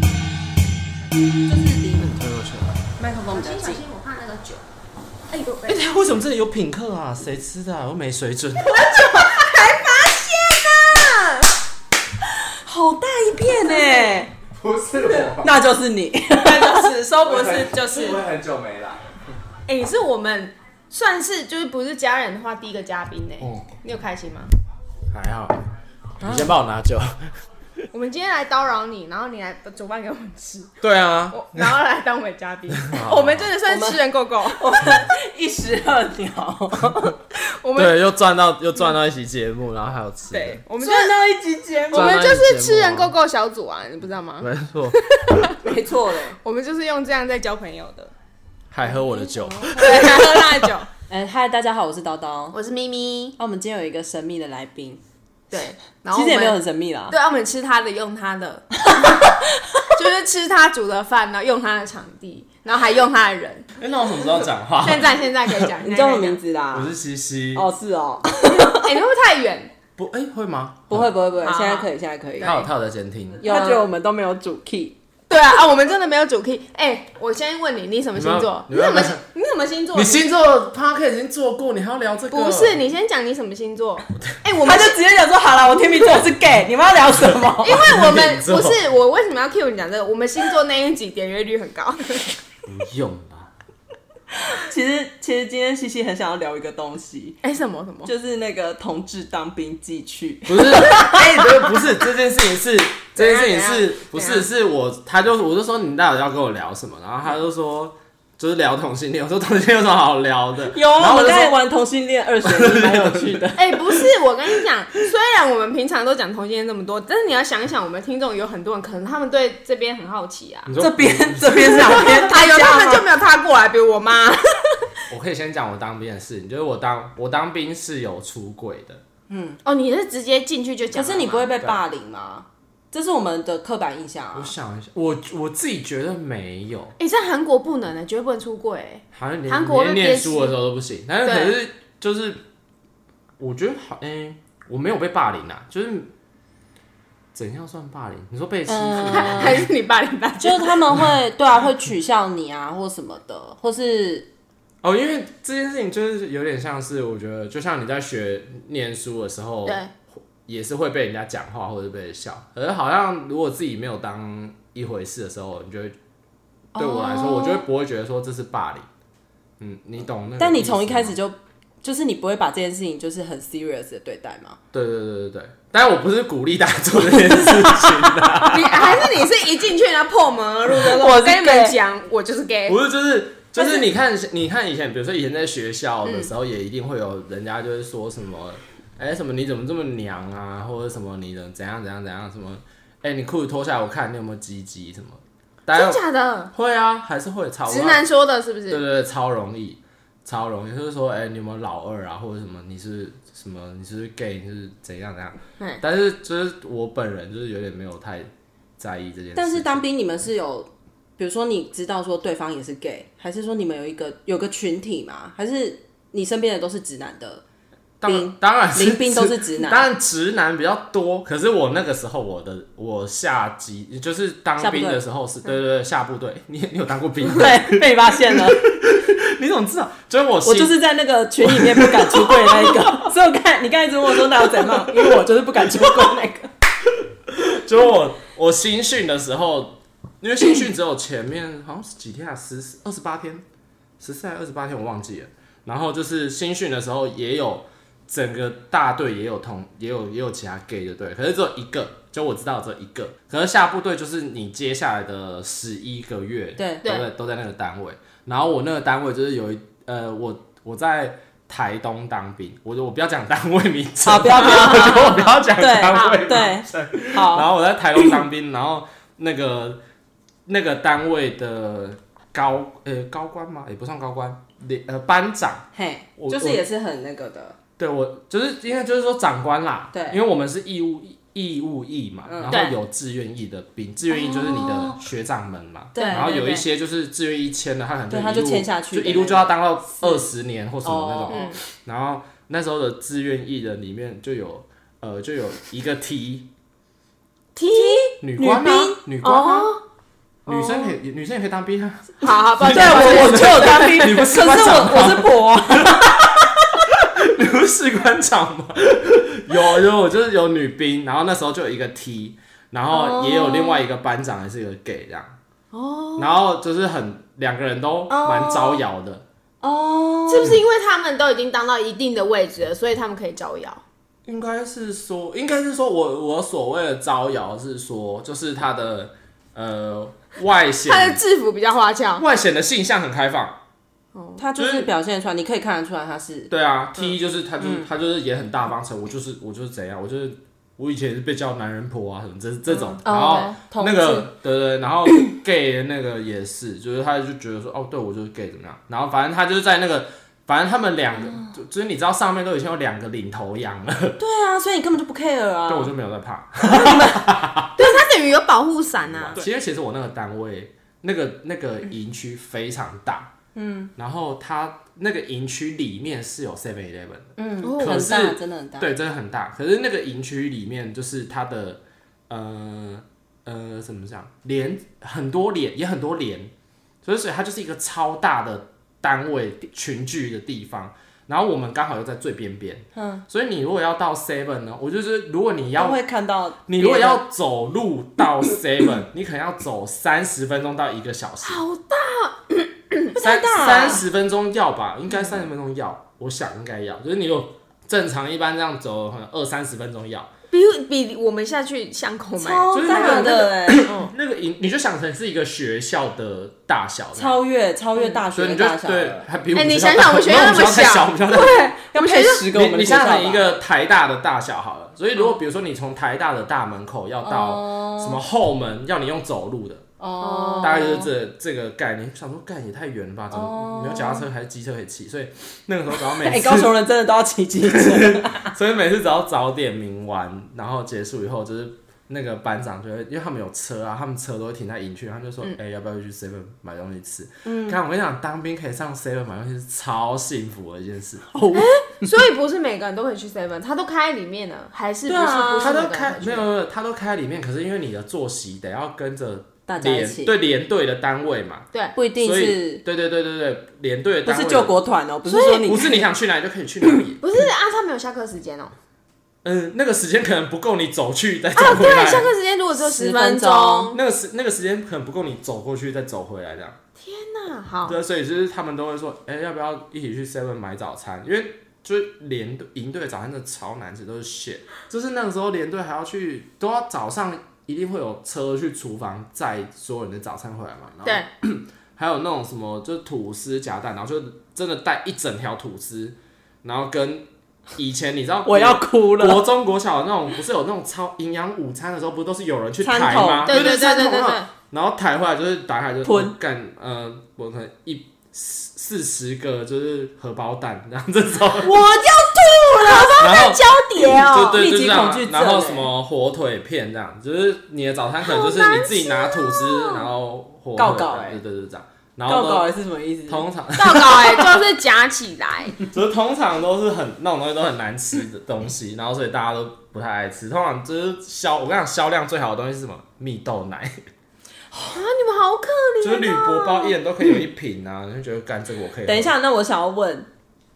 就是离那你推过去了。麦克风比小较心小近。心，我怕那个酒。哎呦哎、喂！等一下为什么这里有品客啊？谁吃的、啊？我没水准。好大一片哎、不是我，那就是你，那就是收博士，就是我很久没来，哎、你是我们算是就是不是家人的话，第一个嘉宾呢、嗯你有开心吗？还好，你先帮我拿酒。我们今天来叨扰你，然后你来煮饭给我们吃，对 啊，我然后来当我们嘉宾，我们真的算是吃人够够，我们一石二鸟，我们对，又赚到又赚到一期节目，然后还有吃的对，，我们就赚到一集节目我，赚到们一就集节目是吃人够够小组啊，你不知道吗？没错，没错了。 我们就是用这样在交朋友的，还喝我的酒。对，还喝辣酒。哎，嗨，大家好， 我是叨叨。我是咪咪，那我们今天有一个神秘的来宾，对，然后我其实也没有很们神秘啦。对，啊我们吃他的，用他 的，就是吃他煮的饭，然后用他的场地，然后还用他的人。 哎、那我什么时候讲话？现在现在可以讲，你叫什么名名字？字啦我？是西西。哦，是哦，哎、你会不会太远？不，哎、会吗？不会不会不会，好现在可以，现在可以。他有他有在监听。他觉得我们都没有啊主 key，对啊，啊，我们真的没有主 key。哎、我先问你，你什么星座？你你们要什你们么要星？你什么星座？你星座 p a r k 已经做过，你还要聊这个？不是，你先讲你什么星座？哎、我他们就是直接讲说好了，我天秤座我是 gay，你们要聊什么？因为我们你知道不是我为什么要 cue 你讲这个？我们星座那一集点阅率很高，不用啦。其实其实今天西西很想要聊一个东西，哎、什么什么？就是那个同志当兵寄去。不是，哎、不是，不是这件事情是这件事情怎是样怎样不怎是样是我他就我就说你到底要跟我聊什么？然后他就说就是聊同性恋，我说同性恋有什么好聊的？有然啊，后我我们就在说玩同性恋二选一，蛮有趣的。哎、不是，我跟你讲，虽然我们平常都讲同性恋这么多，但是你要想一想，我们听众有很多人，可能他们对这边很好奇啊。你说 这 边这边是哪边？哎呦，他们家就吗没有踏过来，比如我妈。我可以先讲我当兵的事情，就是我当我当兵是有出轨的，哦，你是直接进去就讲了可吗？是你不会被霸凌吗？这是我们的刻板印象啊我。想一下，我我自己觉得没有，哎、在韩国不能的、绝对不能出柜、欸。好像连韩国连会念憋书的时候都不行，但是可是就是我觉得好，哎、我没有被霸凌啊，就是怎样算霸凌？你说被欺负吗？ 还是你霸凌大就家？是他们会 对啊，会取笑你啊，或什么的，或是哦，因为这件事情就是有点像是，我觉得就像你在学念书的时候，对，也是会被人家讲话或者被人笑，可是好像如果自己没有当一回事的时候，你就会对我来说，我就会不会觉得说这是霸凌。嗯，你懂那个意思吗？哦但你从一开始就就是你不会把这件事情就是很 serious 的对待吗？对对对对对，但我不是鼓励大家做这件事情啊，你还是你是一进去然后破门而入的那种？我是跟你 gay 们讲，我就是 gay。不是就是就是你看你看以前，比如说以前在学校的嗯时候，也一定会有人家就是说什么，哎、什么你怎么这么娘啊，或者什么你怎怎样怎样怎样什么，哎、你裤子脱下来我看你有没有鸡鸡什么，大真家假的？会啊，还是会吵直男说的是不对是？对对，超容易，超容易，就是说，哎、你有没有老二啊，或者什么？你是什么？你是不是 gay？你是怎样怎样嗯？但是就是我本人就是有点没有太在意这件事。但是当兵你们是有，比如说你知道说对方也是 gay，还是说你们有一个有个群体吗？还是你身边的都是直男 的当兵当然是临兵都是直男当然直男比较多。可是我那个时候我的我下级就是当下部兵队嗯的时候是，对对对，下部队。你你有当过兵吗？对，被发现了。 你怎么知道？就是我我我就是在那个群里面不敢出柜的那 一个，所以我看你刚才一直问我说那我怎样，因为我就是不敢出柜那个。就我我新训的时候，因为新训只有前面好像是几天啊，十二十八天，十四还二十八天我忘记了。然后就是新训的时候也有整个大队也有同也有也有其他 gay 的队，可是只有一个，就我知道只有一个。可是下部队就是你接下来的十一个月，对都在都在那个单位。然后我那个单位就是有一呃，我我在台东当兵，我就我不要讲单位名称，好，不要不要， 我觉得我不要讲对 单位名对称。 好，然后我在台东当兵，然后那个那个单位的高呃高官嘛，也不算高官，连呃班长，嘿，我就是我也是很那个的。对我就是应该就是说长官啦，对因为我们是义务义务役嘛，嗯哦然对后有志愿役的兵，志愿役就是你的学长们嘛，嗯对然后对有对一些就是志愿役签的，他可能对一他就路签下去就的一路那就要当到二十年或什么那种，哦嗯，然后那时候的志愿役人里面就有呃就有一个 T， T 女官啊，女官啊，哦，女生可以，女生也可以当兵啊。好好，抱哦对歉，抱 我歉我就有当兵，你不是可班是长吗我我是婆 啊、你不是官场吗？ 有有，我就是有女兵，然后那时候就有一个 T，然后也有另外一哦个班长，还是一个 gay 这样。哦。然后就是很两个人都蛮招摇的，哦，是不是因为他们都已经当到一定的位置了，所以他们可以招摇？应该是说，应该是说我我所谓的招摇是说，就是他的呃外显他的制服比较花俏，外显的性向很开放。他就就是是表现出来，你可以看得出来他是对啊，T 嗯就是他就是、他就是也很大方，成我就是我就是怎样，我就是我以前也是被叫男人婆啊什么，这这种，然后。哦同那志个对对，然后 gay 的那个也是，就是他就觉得说，哦，对我就是 gay 怎么样？然后反正他就是在那个，反正他们两哦个，就就是你知道上面都已经有两个领头羊了，对啊，所以你根本就不 care 对我啊。就没有在怕。对，他等于有保护伞呐。其实其实我那个单位那个那个营区非常大，嗯，然后它那个营区里面是有 Seven Eleven 的，嗯，哦可很是大，真的很大。对，真的很大。可是那个营区里面就是它的呃呃怎么讲，连很多连也很多连，所以所以它就是一个超大的单位群聚的地方。然后我们刚好又在最边边，嗯，所以你如果要到 Seven 呢，我就是如果你都要会看到你如果别人要走路到 Seven，你可能要走三十分钟到一个小时，好大，三大啊三十分钟要吧，应该三十分钟要，我想应该要，就是你有正常一般这样走，可能二三十分钟要。比比我们下去巷口买，超就是那个大的哎、那个营你就想成是一个学校的大小这样， 超越超越大学所以你的就大小嗯对了， 还比哎们你学校想想大我们没有学校那么我们学校太小我们学校太对，要配十个我哎你们你的学想校吧想一个台大的大小好了，所以如果比如说你从台大的大门口要到什么后门，要你用走路的，哦，哦大概就是这这个概念。想说干也太远了吧，怎么没有脚踏车还是机车可以骑？所以那个时候只要 哎、 每高次，雄人真的都要骑机车， 所以每次只要早点名完，然后结束以后就是。那个班长就会，因为他们有车啊，他们车都会停在营区，他们就说：“嗯哎、要不要去 Seven 买东西吃？”嗯，看我跟你讲，当兵可以上 Seven 买东西是超幸福的一件事。哦所以不是每个人都可以去 Seven，他都开在里面了，还是不对是啊不是他每都个人开都去没有没有，他都开里面，可是因为你的作息得要跟着大家一连起，对连队的单位嘛，对，不一定所以是对对对对对，连队的不单位是救国团哦、不是说你不是你想去哪里就可以去哪里，不是啊，他没有下课时间哦。嗯，那个时间可能不够你走去再走啊，回来，对，下课时间如果只有十10分分钟钟，那个时那个时间可能不够你走过去再走回来这样，那啊好，对，所以就是他们都会说，哎、要不要一起去 Seven 买早餐？因为就是连队营队的早餐真的超难吃，都是 shit，就是那个时候连队还要去，都要早上一定会有车去厨房载所有人的早餐回来嘛，然后对，还有那种什么，就是吐司夹蛋，然后就真的带一整条吐司，然后跟以前你知道 我要哭了，国中国小的那种，不是有那种超营养午餐的时候，不都是有人去餐抬桶吗？对对对对对对餐桶那种对，然后抬回来就是打开就是吞哦干呃，我可能一四十个就是荷包蛋，然后这 种，我就 吐了，然后交叠对哦，对密就集这样啊恐惧，症然后欸什么火腿片这样，就是你的早餐可能就是你自己拿吐司，哦然后火腿告告对欸对对这样，然告后告都欸还是什么意思？通常。糟糕哎，就是夹起来，啊就是通常都是很那种东西都很难吃的东西，然后所以大家都不太爱吃。通常就是销，我跟你讲，销量最好的东西是什么？蜜豆 奶，啊，你们好可怜，就是铝箔包一人都可以有一瓶啊，你就觉得干这个我可以。等一，下，那我想要问，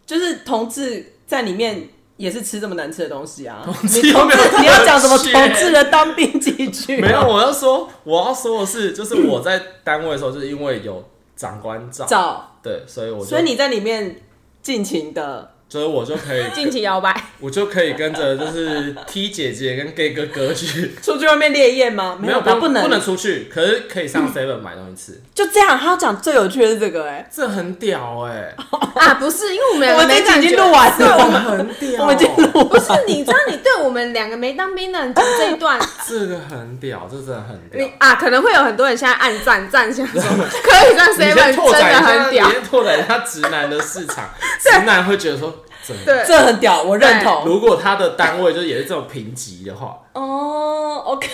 就是同志在里面也是吃这么难吃的东西啊？志你又同没有志你要讲什么吃同志的当兵集聚？ 没有，我要说我要说的是，就是我在单位的时候，就是因为有长官照，找，对，所以我就所以你在里面尽情的，就是我就可以尽情摇摆，我就可以跟着就是 T 姐姐跟 gay 哥哥 去，出去外面烈焰吗？没有有吧，不啊能不能出去，可是可以上 Seven 买东西吃，就这样。他要讲最有趣的是这个、欸，这很屌哎、啊，不是，因为我们两我个们没这集感已觉经录完这了，我们很屌，我们已经录不是，你知道你对我们两个没当兵的人讲这一段，这个很屌，这真的很屌你。啊，可能会有很多人现在暗赞赞，想说可以让你 Seven 先拓真的展一下，很屌你，先拓展一下直男的市场， 直男会觉得说，真的。对， 这很屌，我认同。如果他的单位就是也是这种评级的话， 哦，OK，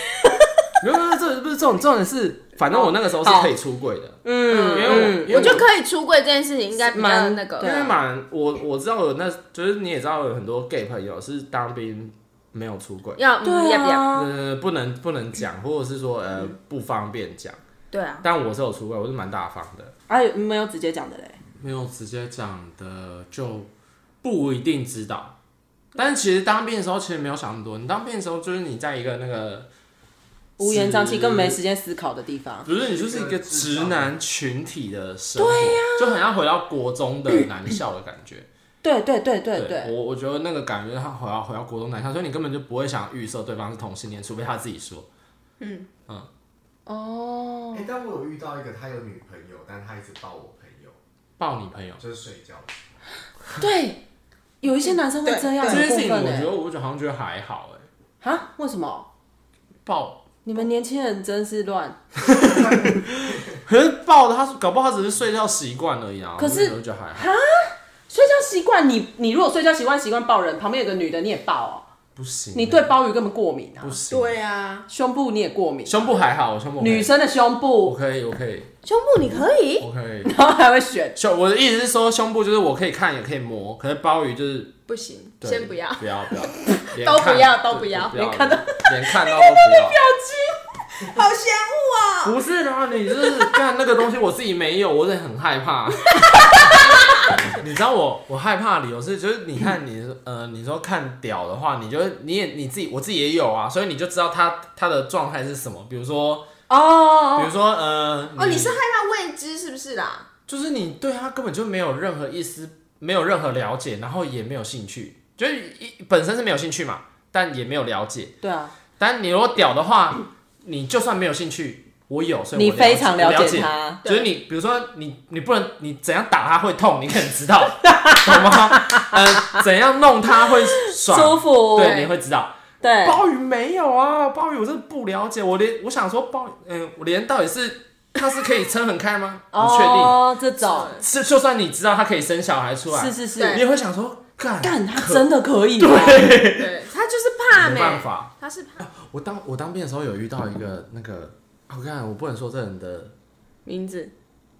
没有没有，这不是重重点是，反正我那个时候是可以出柜的，因嗯为我因为我觉得可以出柜这件事情应该比较蛮那个对因为蛮我我知道有那，就是你也知道有很多 gay 朋友是当兵没有出轨，要嗯对要不要？啊，呃，不能不能讲，或者是说呃不方便讲。对啊，但我是有出轨，我是蛮大方的，哎，没有直接讲的嘞，没有直接讲的就不一定知道。但其实当兵的时候，其实没有想那么多。你当兵的时候，就是你在一个那个乌烟瘴气，是根本没时间思考的地方。不是你就是一个直男群体的生活，就很像回到国中的男校的感觉。对对对 对对对，我我觉得那个感觉，他回到回到国中男校，所以你根本就不会想预设对方是同性恋，除非他自己说。哦，哎，但我有遇到一个，他有女朋友，但他一直抱我朋友，抱你朋友就是睡觉。对，有一些男生会这样，这件很过事情，分欸我觉得嘞。我就好像觉得还好哎、啊？为什么？抱 你们年轻人真是乱。可是抱的他，搞不好他只是睡觉习惯而已啊。可是我就觉得还好，睡觉习惯，你你如果睡觉习惯习惯抱人，旁边有个女的你也抱哦，不行，欸你对鲍鱼根本过敏啊不，行，对啊，胸部你也过敏，胸部还好，胸部女生生的胸我部，可以，我可以，胸部你可以，我可以。然后还会选。胸，我的意思是说，胸部就是我可以看也可以摸，可是鲍鱼就是不行，对先不要。不要不 要，连都看不要都不对要不要，连看都连看到都不要。好嫌恶啊！不是啦，你就是干那个东西，我自己没有，我真的很害怕。 你知道我我害怕的理由是，就是你看你呃，你说看屌的话，你就你也你自己，我自己也有啊，所以你就知道他他的状态是什么。比如说，哦哦比哦如说呃，哦，你是害怕未知是不是啦？就是你对他根本就没有任何一丝没有任何了解，然后也没有兴趣，就是一本身是没有兴趣嘛，但也没有了解。对啊，但你如果屌的话，你就算没有兴趣，我有，所以我你非常了了解我解他就是你，比如说你，你不能，你怎样打他会痛，你可能知道，懂 吗？呃，怎样弄他会舒爽，服，对，你会知道。对鲍鱼没有啊，鲍鱼我真的不了解，我连我想说鲍，嗯、我连到底是他是可以撑很开吗？不确定。哦，这种是，就算你知道他可以生小孩出来，是是是对你，也会想说，干干他可真的可以，啊对， 对，他就是怕没没，办法。他是怕我当我当兵的时候有遇到一个那个，啊我看我不能说这人的，名字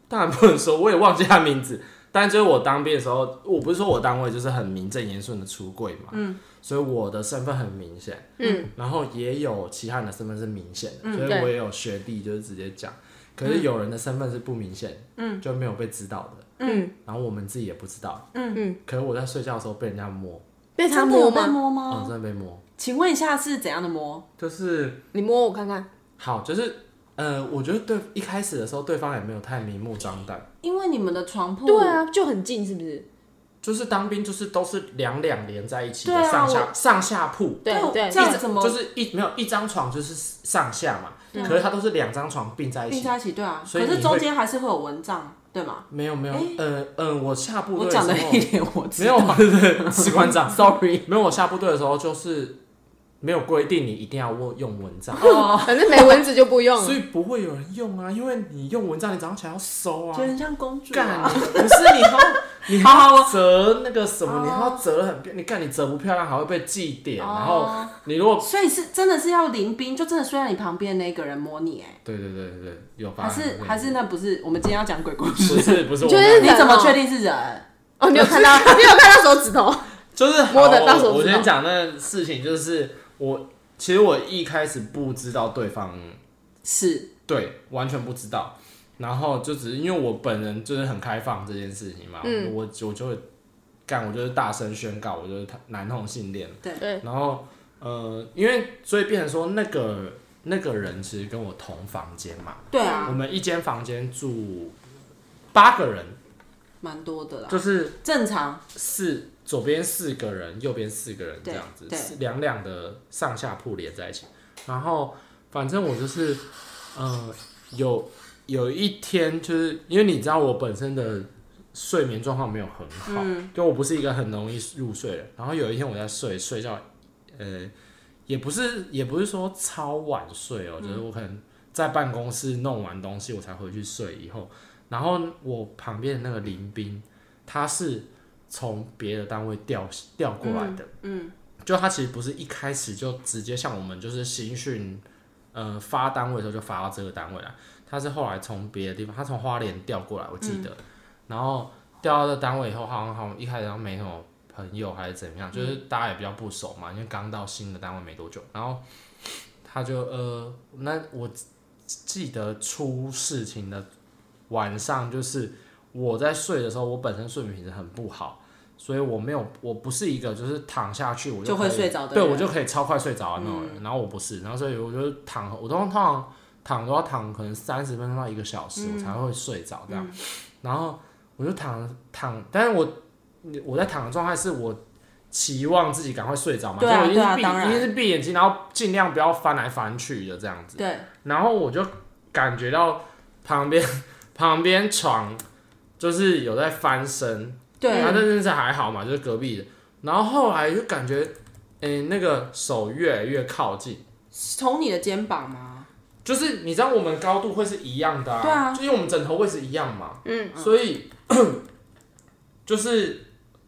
当然不能说，我也忘记他名字。 但就是我当兵的时候，我不是说我单位就是很名正言顺的出柜嘛，嗯，所以我的身份很明显，嗯，然后也有其他人的身份是明显的，嗯所以对我也有学弟就是直接讲，可是有人的身份是不明显，嗯，就没有被知道的，嗯，然后我们自己也不知道，嗯嗯，可是我在睡觉的时候被人家摸，被他真的有摸被吗？摸哦，吗？真的被摸，请问一下是怎样的摸？就是你摸我看看，好，就是呃，我觉得对一开始的时候，对方也没有太明目张胆，因为你们的床铺，对，啊，就很近是不是？就是当兵就是都是两两连在一起的对啊上下、上下铺，对对对这，样一怎么就是一没有一张床就是上下嘛，对啊可是它都是两张床并在一并起。在一起，对啊，所以可你会是中间还是会有蚊帐，对吗？没有没有，诶呃呃，我下部我队讲的的时候一点我知没 有啊，士官长，sorry，没有。我下部队的时候就是没有规定你一定要用用蚊帐，哦，反正没蚊子就不用所了。以不会有人用啊，因为你用蚊帐，你早上起来要收啊，就很像公主干，啊，你不是你还要你还要折那个什么，你还要折得很漂，你干你折不漂亮还会被记点，哦然后你如果所以是真的是要临兵，就真的睡在你旁边那个人摸你，哎，对对对对对，有发还生是过还是那不是我们今天要讲鬼故事不，是不是你我觉得们人你哦怎么确定是人？哦，你有 看到，你有看到手指头？就是好摸得到手指我头我先讲那事情，就是我其实我一开始不知道对方是，对完全不知道，然后就只是因为我本人就是很开放这件事情嘛，嗯我我就会干，我就是大声宣告，我就是男同性恋。对，然后呃，因为所以变成说那个那个人其实跟我同房间嘛，对啊，我们一间房间住八个人，蛮多的啦，就是正常，四左边四个人，右边四个人这对样子对，四两两的上下铺连在一起。然后反正我就是呃有有一天就是因为你知道我本身的。睡眠状况没有很好，嗯就我不是一个很容易入睡的人。然后有一天我在睡睡觉，呃，也不是也不是说超晚睡嗯哦，就是我可能在办公室弄完东西我才回去睡，以后，然后我旁边的那个林兵，他是从别的单位调调过来的，嗯，就他其实不是一开始就直接像我们就是新训，呃，发单位的时候就发到这个单位来，他是后来从别的地方，他从花莲调过来，我记得，然后调到这单位以后，好像好像一开始好像没什么。朋友还是怎嗯样，就是大家也比较不熟嘛，因为刚到新的单位没多久，然后他就呃，那我记得出事情的晚上，就是我在睡的时候，我本身睡眠品质很不好。所以我没有，我不是一个就是躺下去我就可以会睡着的对人嗯我就可以超快睡着啊的那种人。然后我不是，然后所以我就躺，我通常躺都要躺可能三十分钟到一个小时，嗯我才会睡着这样。然后我就躺躺，但是我我在躺的状态是我期望自己赶快睡着嘛，对啊所以我一定是闭，对啊当然一定是闭眼睛，然后尽量不要翻来翻去的这样子。对，然后我就感觉到旁边 旁边床就是有在翻身，对，然后但是还好嘛，就是隔壁的。然后后来就感觉，诶、那个手越来越靠近。从你的肩膀吗？就是你知道我们高度会是一样的、啊，对啊就因为我们枕头位置一样嘛，嗯，所以 就是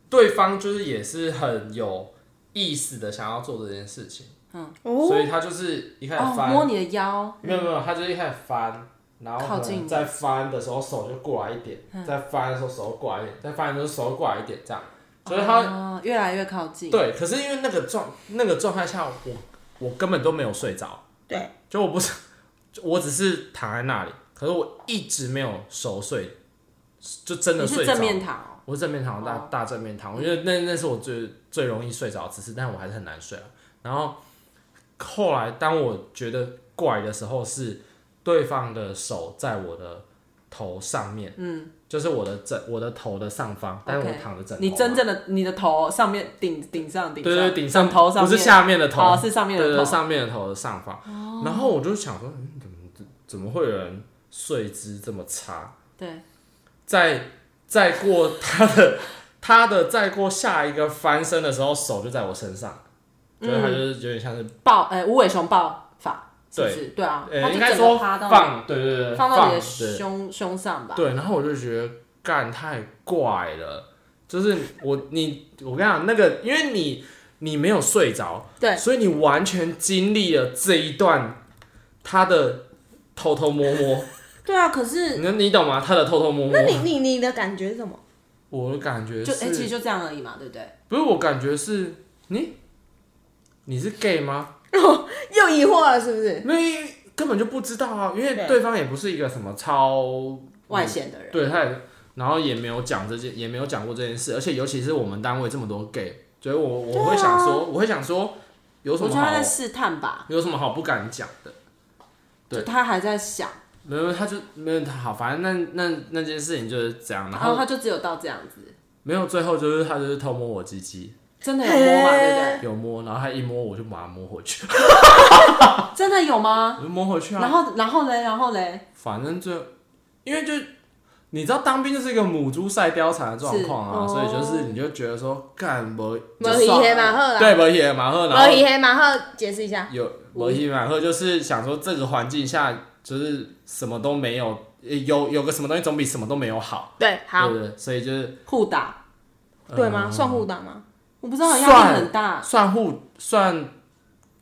对方就是也是很有意思的想要做这件事情，所哦，以他就是一开始嗯哦，翻，摸你的腰，没有没有，他就是一开始翻，然后靠可近能你嗯在翻的时候手就过来一点，在翻的时候手过来一点，在翻的时候手过来一点这样，所以他、哦越来越靠近。对，可是因为那个状那个状态下，我我根本都没有睡着。对，就我不是，就我只是躺在那里，可是我一直没有熟睡，就真的你是睡着。正面躺哦，我是正面躺，大、大正面躺，我觉得那那是我最最容易睡着的姿势，但我还是很难睡啊。然后后来当我觉得怪的时候，是对方的手在我的头上面，嗯，就是我的枕我的头的上方，但是我 OK 躺着枕头嘛，你真正的你的头上面顶顶上顶上，对对顶上头上不面是下面的头，哦是上面的对头哦对，上面的头的上方。然后我就想说，嗯怎么怎么会有人睡姿这么差？对，再再过他的 他的再过下一个翻身的时候，手就在我身上，嗯就是他就是有点像是，抱呃无尾熊抱法，是不对是？对啊，他呃，就应该整个说趴到放，对对对，放到你的对胸胸上吧。对，然后我就觉得干太怪了，就是我你我跟你讲那个，因为你你没有睡着，对所以你完全经历了这一段他的偷偷摸摸，对啊，可是你你懂吗？他的偷偷摸摸那，你你你的感觉是什么？我的感觉就哎，是，其实就这样而已嘛，对不对？不是我感觉是你你是 gay 吗？又疑惑了是不是？那根本就不知道啊，因为对对方也不是一个什么超外显的人，对，他也，然后也没有讲这件，也没有讲过这件事，而且尤其是我们单位这么多 gay，所以我我会想说，我会想嗯说，有什我么觉得他在好，试探吧，有什么好不敢讲的？对就他还在想，没有，他就没有他好，反正那那那件事情就是这样，然然后后哦他就只有到这样子，没有，最后就是他就是偷摸我鸡鸡，真的有摸吗？嘿对不对？有摸，然后他一摸我就把它摸回去， 真的有吗？我就摸回去然啊，后然后嘞，然后嘞，反正就因为就。你知道当兵就是一个母猪赛貂蝉的状况啊，是所以就是哦你就觉得说干不没有黑马赫啦，对不也马赫，然后没有黑马赫，解释一下。有我一马赫就是想说，这个环境下就是什么都没有，呃有有个什么东西总比什么都没有好，对，对好，不对？所以就是互打，呃对吗？算互打吗？我不知道，好像压算力很大，算互算，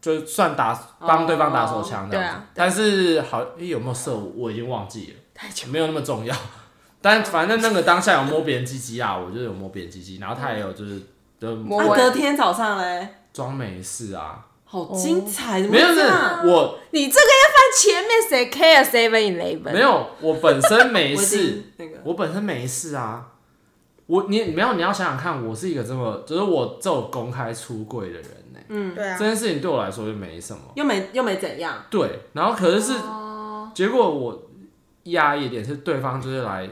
就算打帮对方打手枪这哦对样子啊。但是好、诶有没有射我，我已经忘记了，太久没有那么重要。但反正那个当下有摸别人鸡鸡啊，我就有摸别人鸡鸡，然后他也有就是就摸啊，我隔天早上嘞，装没事啊，好精彩，怎么哦没有会没这有样？，我你这个要放前面，谁 care Seven Eleven？没有，我本身没我已事经，那个我本身没事啊。我你你没有，你要想想看，我是一个这么，就是我这种公开出柜的人呢、对啊这，件事情对我来说就没什么。又没又没 怎样，对，然后可是是、结果我压抑一点是对方就是来，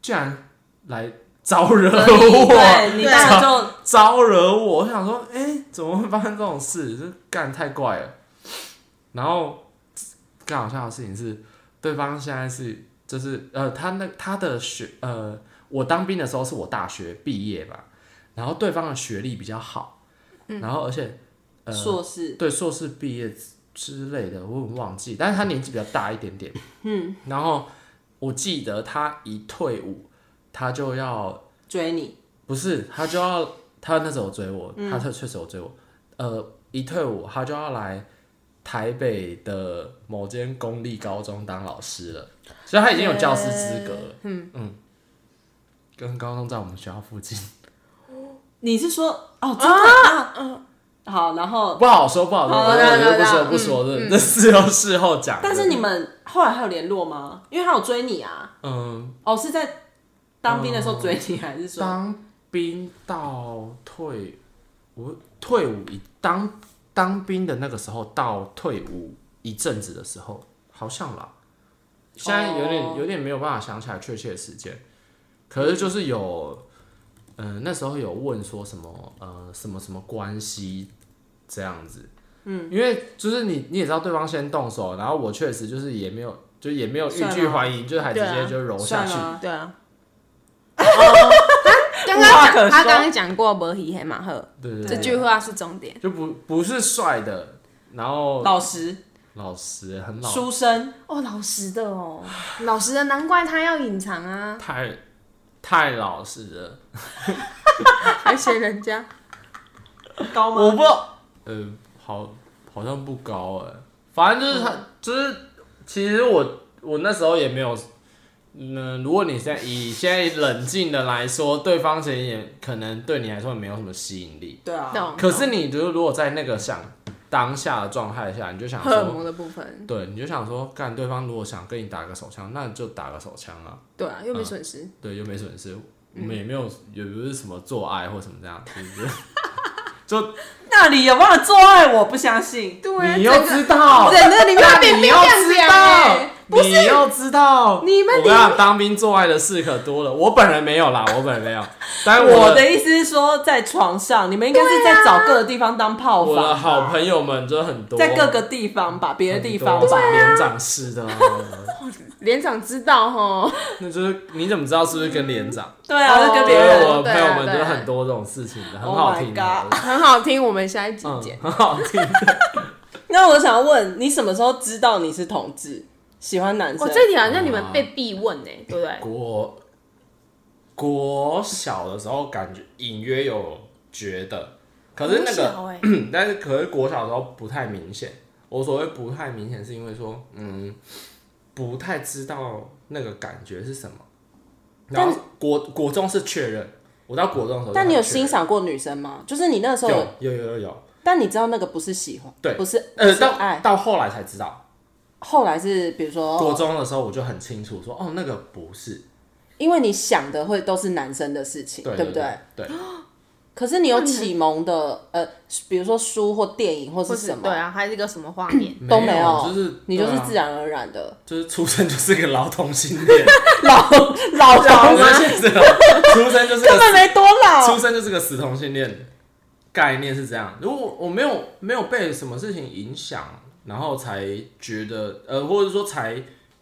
竟然来招惹所以我，对你当然就招惹我。我想说，哎、怎么会发生这种事？这干太怪了。然后更好笑的事情是，对方现在是就是呃，他那他的学呃，我当兵的时候是我大学毕业吧，然后对方的学历比较好，然后而且呃硕士，对硕士毕业之之类的，我很忘记，但是他年纪比较大一点点，嗯，然后我记得他一退伍，他就要追你，不是，他就要他那时候追我，嗯他特确实有追我，呃，一退伍他就要来台北的某间公立高中当老师了，所以他已经有教哎嗯师资格了。嗯嗯，跟高中在我们学校附近，你是说哦，真的啊？好，然后不好说，不好说，哦我对啊就不对说啊不说，这这事后事后讲。嗯但是你们后来还有联络吗？因为他有追你啊。嗯，哦，是在当兵的时候追你，还是说当兵到退，我退伍一当当兵的那个时候到退伍一阵子的时候，好像啦，现在有点哦有点没有办法想起来确切的时间，可是就是有，嗯、那时候有问说什么呃什么什么关系这样子。嗯，因为就是你你也知道对方先动手，然后我确实就是也没有就也没有欲拒算了还迎，就还直对啊接就揉下算去，了？对啊，刚刚刚刚讲无话可说哦他刚刚讲过无戏黑马赫，对对这对，句话是重点。就不不是帅的，然后老实、老实很老，书生，哦，老实的哦，老实的，难怪他要隐藏啊，太太老实了。 还嫌人家。高我不吗？知道，呃，好好像不高哎、反正就是他、就是，其实我我那时候也没有。嗯，如果你现在以现在冷静的来说，对方其实也可能对你来说也没有什么吸引力。对啊，懂可是你就是如果在那个想当下的状态下，你就想荷尔说，蒙的部分，对，你就想说，干对方如果想跟你打个手枪，那就打个手枪啊。对啊，又没损失。对，又没损失，我们嗯也没有，也不是什么做爱或什么这样，对不对？ 就那里有没有做爱？我不相信。对啊，你要知 道，啊整个里面冰你冰要凉知凉道欸，你要知道，你们我跟你讲，当兵做爱的事可多了，我本人没有啦，我本人没有，但我我的意思是说，在床上，你们应该是在找各个地方当炮我的房，好朋友们真的很多，在各个地方吧，别的地方很多吧。连长式的啊，连长知道吼， 那就是你怎么知道是不是跟连长？对啊，就跟别对人。我的对朋啊友们对啊就很多这种事情的，很 Oh 好 my 听 God 的，很好听。我们下一集嗯见，。很好听的。那我想问，你什么时候知道你是同志，喜欢男嗯生？哦，这题好像你们被必问呢，对不对？国国小的时候，感觉隐约有觉得，可是那国个，嗯小欸但是可是国小的时候不太明显。我所谓不太明显，是因为说，嗯，不太知道那个感觉是什么。然后国国中是确认，我到国中的时候就很确认，但你有欣赏过女生吗？就是你那时候有，有有有有有，但你知道那个不是喜欢，对不是呃，不是到爱。哦到后来才知道，后来是比如国说，中的时候我就很清楚说，哦，那个不是，因为你想的会都是男生的事情，对不对对？？对，可是你有启蒙的，呃，比如说书或电影或或是是什么对，啊，还是一个什么画面？都没有，就是你就是对啊自然而然的。就是出生就是个老同性恋，老 老老同同吗？性恋，出生就是根个本没多出老。生就是个死同性恋，概念是这样。如果我没有没有被什么事情影响，然后才觉得呃，或者说才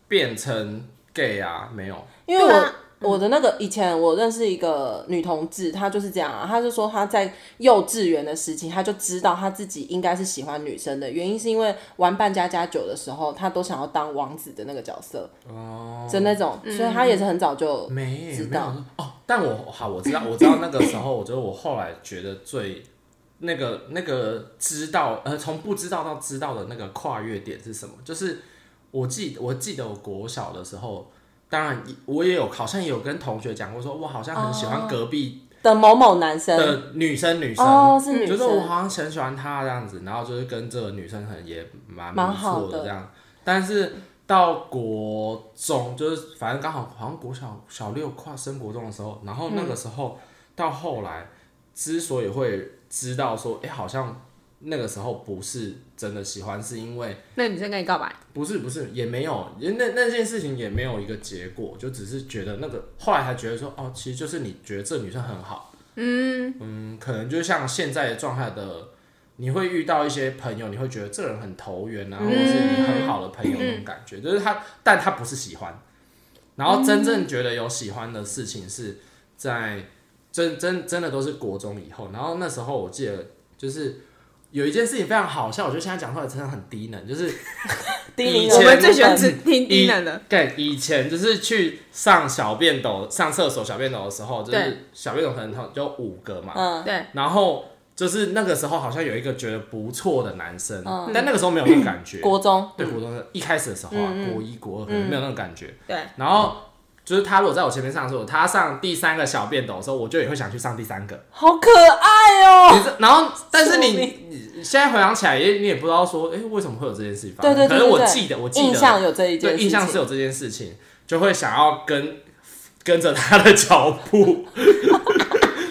变成 gay 啊，没有，因为我、对啊我的那个以前我认识一个女同志，她就是这样啊，她就说她在幼稚园的时期，她就知道她自己应该是喜欢女生的，原因是因为玩扮家家酒的时候，她都想要当王子的那个角色哦，就那种，所以她也是很早就没知没有道哦。但我好，我知道，我知道那个时候，我觉得我后来觉得最。那个那个知道呃，从不知道到知道的那个跨越点是什么？就是我记我记得我国小的时候，当然我也有好像也有跟同学讲过说我好像很喜哦欢隔壁的某某男生的女生女生，哦，是女就是我生，好像很喜欢她这样子，然后就是跟这个女生很也蛮蛮不好错的这样，但是到国中就是反正刚好好像国小小六跨升国中的时候，然后那个时候、到后来之所以会知道说，哎、好像那个时候不是真的喜欢，是因为那女生跟你告白，不是不是，也没有，也那那件事情也没有一个结果，就只是觉得那个，后来才觉得说，哦，其实就是你觉得这女生很好，嗯可能就像现在的状态的，你会遇到一些朋友，你会觉得这人很投缘啊，或者是你很好的朋友那种感觉，就是他，但他不是喜欢，然后真正觉得有喜欢的事情是在真真真的都是国中以后，然后那时候我记得就是。有一件事情非常好笑，我觉得现在讲出来真的很低能，就是低龄以人前我们最喜欢部分吃听低能的，对，以前就是去上小便斗、上厕所小便斗的时候，就对是小便斗可能就五个嘛，嗯，对，然后就是那个时候好像有一个觉得不错的男生，嗯但那个时候没有那种感觉。国中对，国中的一开始的时候啊，嗯嗯国一、国二可能没有那种感觉，对，然后。就是他如果在我前面上厕所，他上第三个小便斗的时候，我就也会想去上第三个。好可爱哦、你这然后，但是救你命你现在回想起来也你也不知道说，哎、为什么会有这件事情发对生？对对对对可是我记得，我记得印象有这一件对事情，印象是有这件事情，就会想要跟跟着他的脚 步，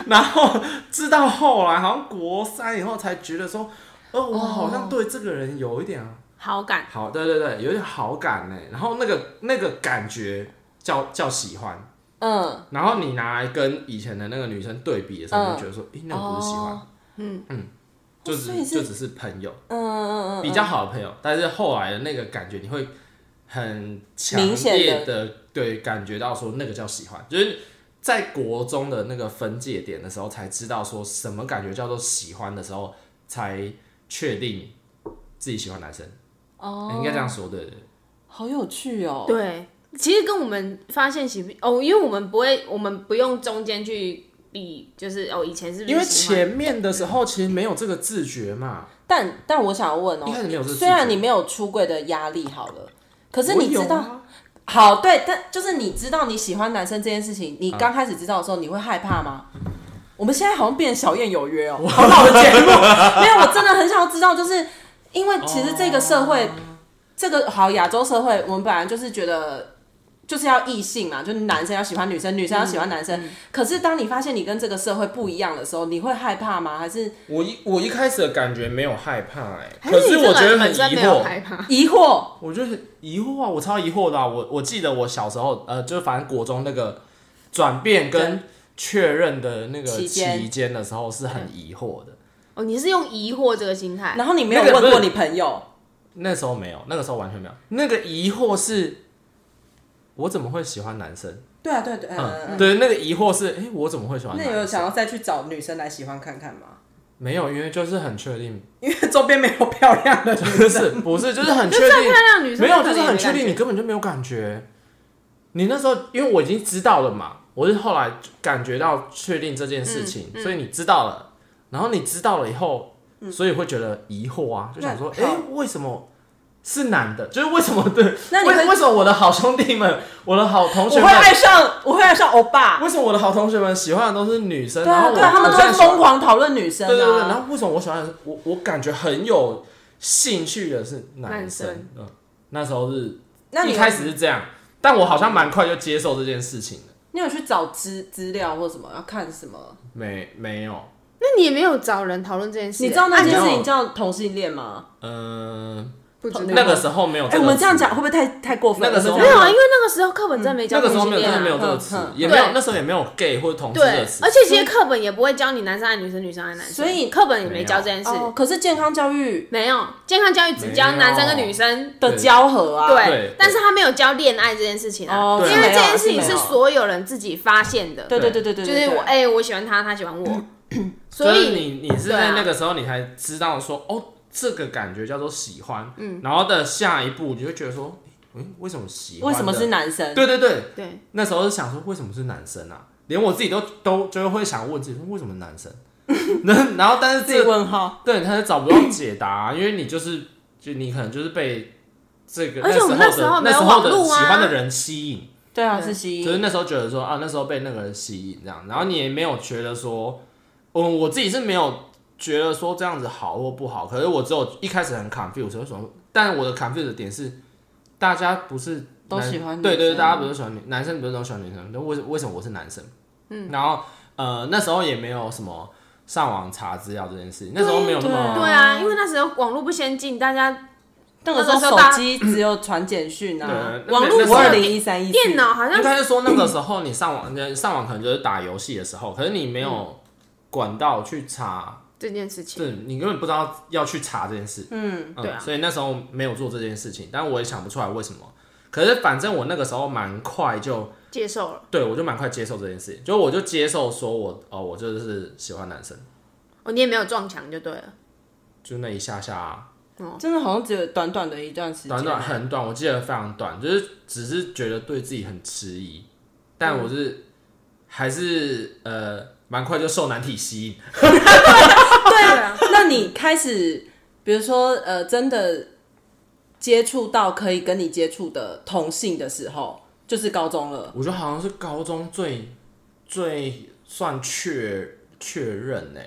然后直到后来好像国三以后才觉得说，哦，我好像对这个人有一点好感好，对对对，有点好感呢。然后那个那个感觉叫叫喜欢。嗯，然后你拿来跟以前的那个女生对比的时候，嗯你就觉得说，诶、那个不是喜欢，哦嗯嗯，就所以只是就只是朋友，嗯嗯嗯嗯，比较好的朋友。但是后来的那个感觉，你会很强明显烈的对感觉到说，那个叫喜欢，就是在国中的那个分界点的时候，才知道说什么感觉叫做喜欢的时候，才确定自己喜欢男生。哦，应该这样说，对对对。好有趣哦、对，其实跟我们发现喜不哦，因为我们不会，我们不用中间去比，就是哦，以前是不是因为喜欢前面的时候其实没有这个自觉嘛，但但我想问哦、一开始没有这个自觉。虽然你没有出柜的压力，好了，可是你我知有道，啊好对，但就是你知道你喜欢男生这件事情，你刚开始知道的时候，你会害怕吗？啊我们现在好像变小燕有约哦、 好老的节目，没有，我真的很想要知道，就是因为其实这个社会，哦这个好亚洲社会，我们本来就是觉得。就是要异性嘛，就是男生要喜欢女生，女生嗯要喜欢男生。可是当你发现你跟这个社会不一样的时候，你会害怕吗？还是我一我一开始的感觉没有害怕哎、还可是是你这我个觉得很人本疑身没有惑，害怕，疑惑？我就很疑惑啊，我超疑惑的啊、我我记得我小时候呃，就是反正国中那个转变跟确认的那个期间期间的时候是很疑惑的。哦，你是用疑惑这个心啊态，然后你没有那个不问是过你朋友，那时候没有，那个时候完全没有。那个疑惑是，我怎么会喜欢男生？对啊，对对，嗯嗯，，对，那个疑惑是，哎、我怎么会喜欢那男你有生？想要再去找女生来喜欢看看吗？ 没有，因为就是很确定， 因为周边没有漂亮的女不生。是不是，就是很确 定，漂亮女生没有，就可能是也很没确感定，觉你根本就没有感觉。你那时候，因为我已经知道了嘛，我是后来感觉到确定这件事情，嗯所以你知道了，然后你知道了以后，所以会觉得疑惑啊，就想说，那哎、好为什么是男的？就是为什么对？ 那你为会为什么我的好兄弟们，我的好同学我们会，爱上，我会爱上欧巴。为什么我的好同学们喜欢的都是女生？对然后啊，我对啊，他们我都现在在喜欢疯狂讨论女生对对对，然啊。后为什么我喜欢的是我我感觉很有兴趣的是男男生？生嗯，那时候是那你一有开始是这样，但我好像蛮快就接受这件事情的。你有去找资资料或什么，要看什么？没没有，那你也没有找人讨论这件事啊，你知道那啊件没事有情叫同性恋吗？嗯、不知道那个时候没有、哎，我们这样讲会，不会太太过分？那个时候我没们这有啊，样因为那个时候课本真的没嗯教那个时候同没性有，恋真的没有啊。这个词嗯，嗯也没有对那时候也没有 gay 或者同志这对个，词而。且其实课本也不会教你男生爱女生，女生爱男生，所以课本也没教这件事。哦，可是健康教育没有健康教育只教男生跟女生，的交合啊，对，对但是他没有教恋爱这件事情啊，哦对因为是没这有件事情是没是有所有人自己发现的，对对对对对，就对是对我对哎、我喜欢他，他 喜欢我，所就是以你你是对啊在那个时候你才知道说、哦，这个感觉叫做喜欢，嗯，然后的下一步你就会觉得说，诶为什么喜欢为的？什么是男生？对对对，对那时候是想说，为什么是男生啊？连我自己都都就会想问自己说，为什么男生？ 然然后但是自己这问号。对他就找不到解答啊、因为你就是就你可能就是被这个而且我们那那时候的没那有时候的网络啊喜欢的人吸引，对啊，对是吸就是引。那时候觉得说啊，那时候被那个人吸引这样，然后你也没有觉得说，嗯，我自己是没有觉得说这样子好或不好，可是我只有一开始很 confused，为什么？但我的 confused 的点是，大家不是都男喜欢女对对对，生大家不是喜欢女男生，不是都喜欢女生，那为什为什么我是男生？嗯，然后呃那时候也没有什么上网查资料这件事情，那时候没有那对么对啊，因为那时候网络不先进，大家那个时那个候时候手大机只有传简讯啊，对网络那五那二那零一三一电脑好像应该是说那个时候你上网，呃上网可能就是打游戏的时候，可是你没嗯有管道去查，这件事情，对你根本不知道要去查这件事，嗯，嗯对啊所以那时候没有做这件事情，但我也想不出来为什么。可是反正我那个时候蛮快就，接受了对我就蛮快接受这件事情，就我就接受说我哦，我就是喜欢男生，哦，你也没有撞墙就对了，就那一下下、真的好像只有短短的一段时间，短短很短，我记得非常短，就是只是觉得对自己很迟疑，但嗯我是、还是呃蛮快就受难体吸引，对啊，那你开始，比如说呃，真的接触到可以跟你接触的同性的时候，就是高中了。我觉得好像是高中最最算确确认呢、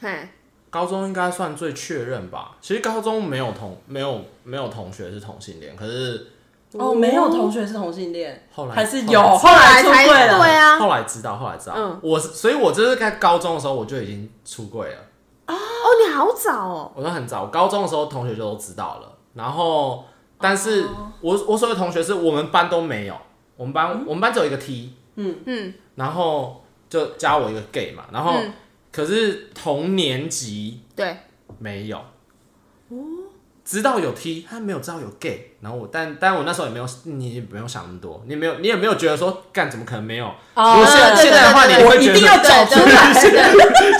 嘿，高中应该算最确认吧。其实高中没有同没有没有同学是同性恋，可是哦，没有同学是同性恋，后来还是哦后有，来来才后来出柜了。对啊，后来知道，后来知道，嗯我是，所以我就是在高中的时候我就已经出柜了，哦，你好早哦，我都很早，我高中的时候同学就都知道了，然后，但是我我所有同学是我们班都没有，我们班、我们班只有一个 T，嗯，然后就加我一个 gay 嘛，然后、嗯可是同年级对，没有，哦，知道有 T，他没有知道有 gay，然后我但但我那时候也没有，你也不用想那么多，你没有你也没有觉得说干怎么可能没有，哦我现在对现在的话对你对会我觉得一定要找出来。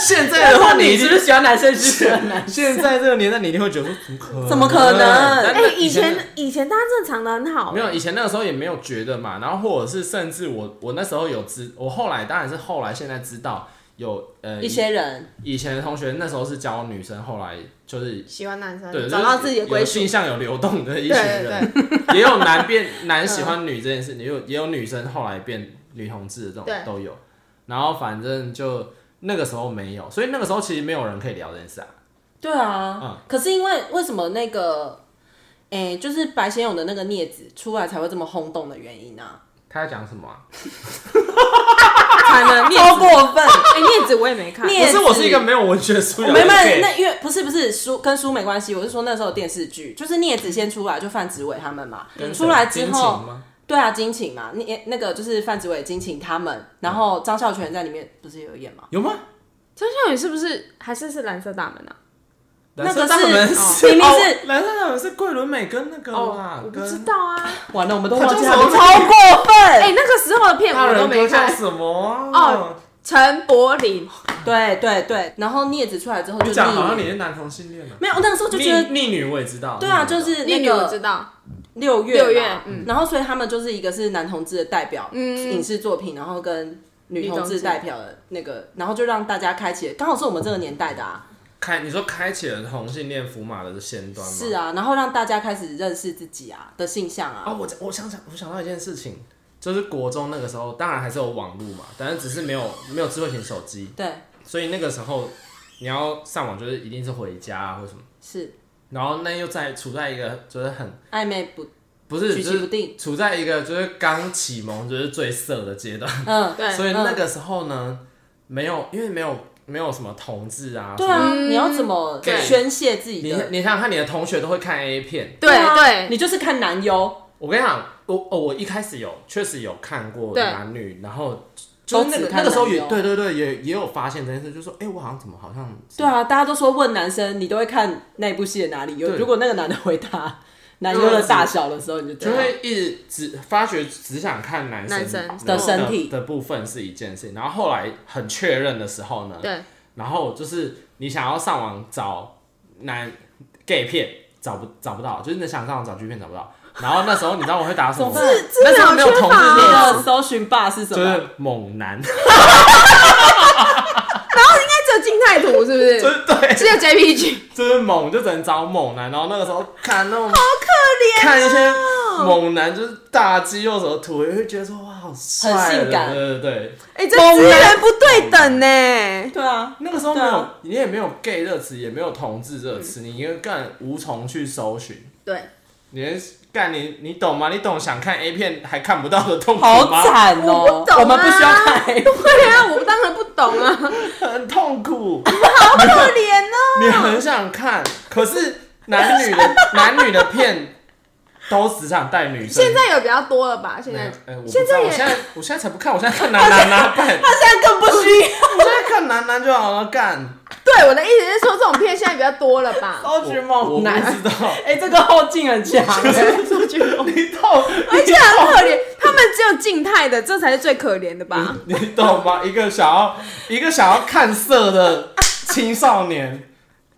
现在然的话后你你已是经不是喜欢男生，是喜欢男生？现在这个年代，你一定会觉得说怎么可 能那哎那，以前前以前大家正常的很好，没有，以前那个时候也没有觉得嘛。然后或者是甚至我我那时候有知，我后来当然是后来现在知道有呃一些人以以前的同学那时候是教女生，后来就是喜欢男生，对嗯找到自己的归有属，性向有流动的一对群对人，对也有男变男喜欢女这件事，也有也有女生后来变女同志的这种对都有。然后反正就那个时候没有，所以那个时候其实没有人可以聊这件事啊。对啊，嗯可是因为为什么那个，哎、就是白先勇的那个镊子出来才会这么轰动的原因啊？他要讲什么啊？惨了，面超子，过 分！哎，面子我也没看，面不是，子我是一个没有文学素我养没的 gay 办。那因为不是不是书跟书没关系，我是说那时候有电视剧，就是镊子先出来就范植伟他们嘛，跟谁出来之金后琴，吗对啊，金请嘛，那那个就是范子伟、金请他们，然嗯后张孝全在里面不是也有演吗？有吗？张孝宇是不是还是是蓝色大门啊？那个蓝色大门是明明是哦蓝色大门是桂纶镁跟那个啦，哦，我不跟知道啊，完了，我们都他忘记叫他什么们超过分。哎，那个时候的片大我都人没哥叫看，什么啊？ 哦，陈柏霖，对对对，然后镊子出来之后就你讲好像逆你女，是男同性恋呢。啊没有那个时候就逆觉得，逆女我也知道，对啊，逆就女是那那女我知个道，六月六月嘛嗯然后所以他们就是一个是男同志的代表嗯影视作品，然后跟女女同同志志代表的那个，然后就让大家开启了，刚好是我们这个年代的啊，开你说开启了同性恋福马的先端吗？是啊，然后让大家开始认识自己啊的性向啊，哦，我我想想，我想到一件事情，就是国中那个时候，当然还是有网络嘛，但是只是没有没有智慧型手机，对，所以那个时候你要上网就是一定是回家啊或什么，是然后那又在处在一个就是很暧昧不不是举就棋是不定，处在一个就是刚启蒙就是最色的阶段，嗯，对，所以那个时候呢，没有因为没有没有什么同志啊，对什么啊，嗯你要怎么对宣泄自己你的？你想想看，你的同学都会看 A 片，对啊对，你就是看男优，我跟你讲，我哦我一开始有确实有看过对男女，然后就是那都个只看那个时候也男优对对对也也有发现这件事，就说哎、我好像怎么好像对啊，大家都说问男生，你都会看那部戏的哪里有？对如果那个男的回答男优的大小的时候，你就知就道会一直只发觉只想看男生男生的身体的的部分是一件事情，然后后来很确认的时候呢，对，然后就是你想要上网找男 gay 片，找不找不到，就是你想上网找 G 片找不到。然后那时候你知道我会打什么吗？怎么办那时候没有同资料你缺志乏的搜寻霸是什恋，就么？是猛男，那只有静态图是不是？就是对，只有 JPG， 就是猛，就只能找猛男。然后那个时候看那种好可怜，看一些猛男就是大肌肉什么图，也会觉得说哇好帅，啊很性感对对对。哎，这资源不对等呢。对啊，那个时候没对有啊，你也没有 gay 热词，也没有同志热词，你也干无从去搜寻。对，你连干你你懂吗？你懂想看 A 片还看不到的痛苦好吗？惨哦、我不懂啊我们不需要看 A 片对啊，我当然不懂啊，很痛苦，可怜哦。你很想看，可是男女 的男女的片都只想带女生。现在有比较多了吧？现没有在哎，我不知现在道，也我现在我现在才不看，我现在看男男啊，干，他现在更不需要我现在看男男就好了，干。对我的意思是说，这种片现在比较多了 吧？搜寻猛我男不。知道，哎、这个后劲 很强、哎你 懂？而且很可怜，他们只有静态的，这才是最可怜的吧？ 你懂吗？一个想要一个想要看色的青少 年，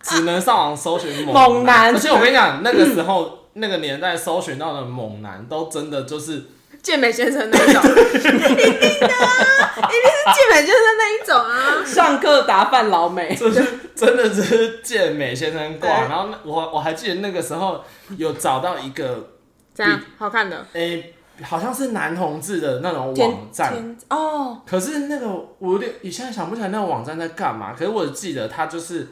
只能上网搜寻猛猛男而且我跟你讲，那个时候。 那个年代搜寻到的猛男都真的就是健美先生那一 种，一定的啊，一定是健美先生那一种啊。上课打饭老美，就是 真的只是健美先生挂，对然后那我我还记得那个时候有找到一个怎样？好看的？诶、好像是男同志的那种天网站，天哦，可是那个我有点，你现在想不起来那个网站在干嘛？可是我记得它就是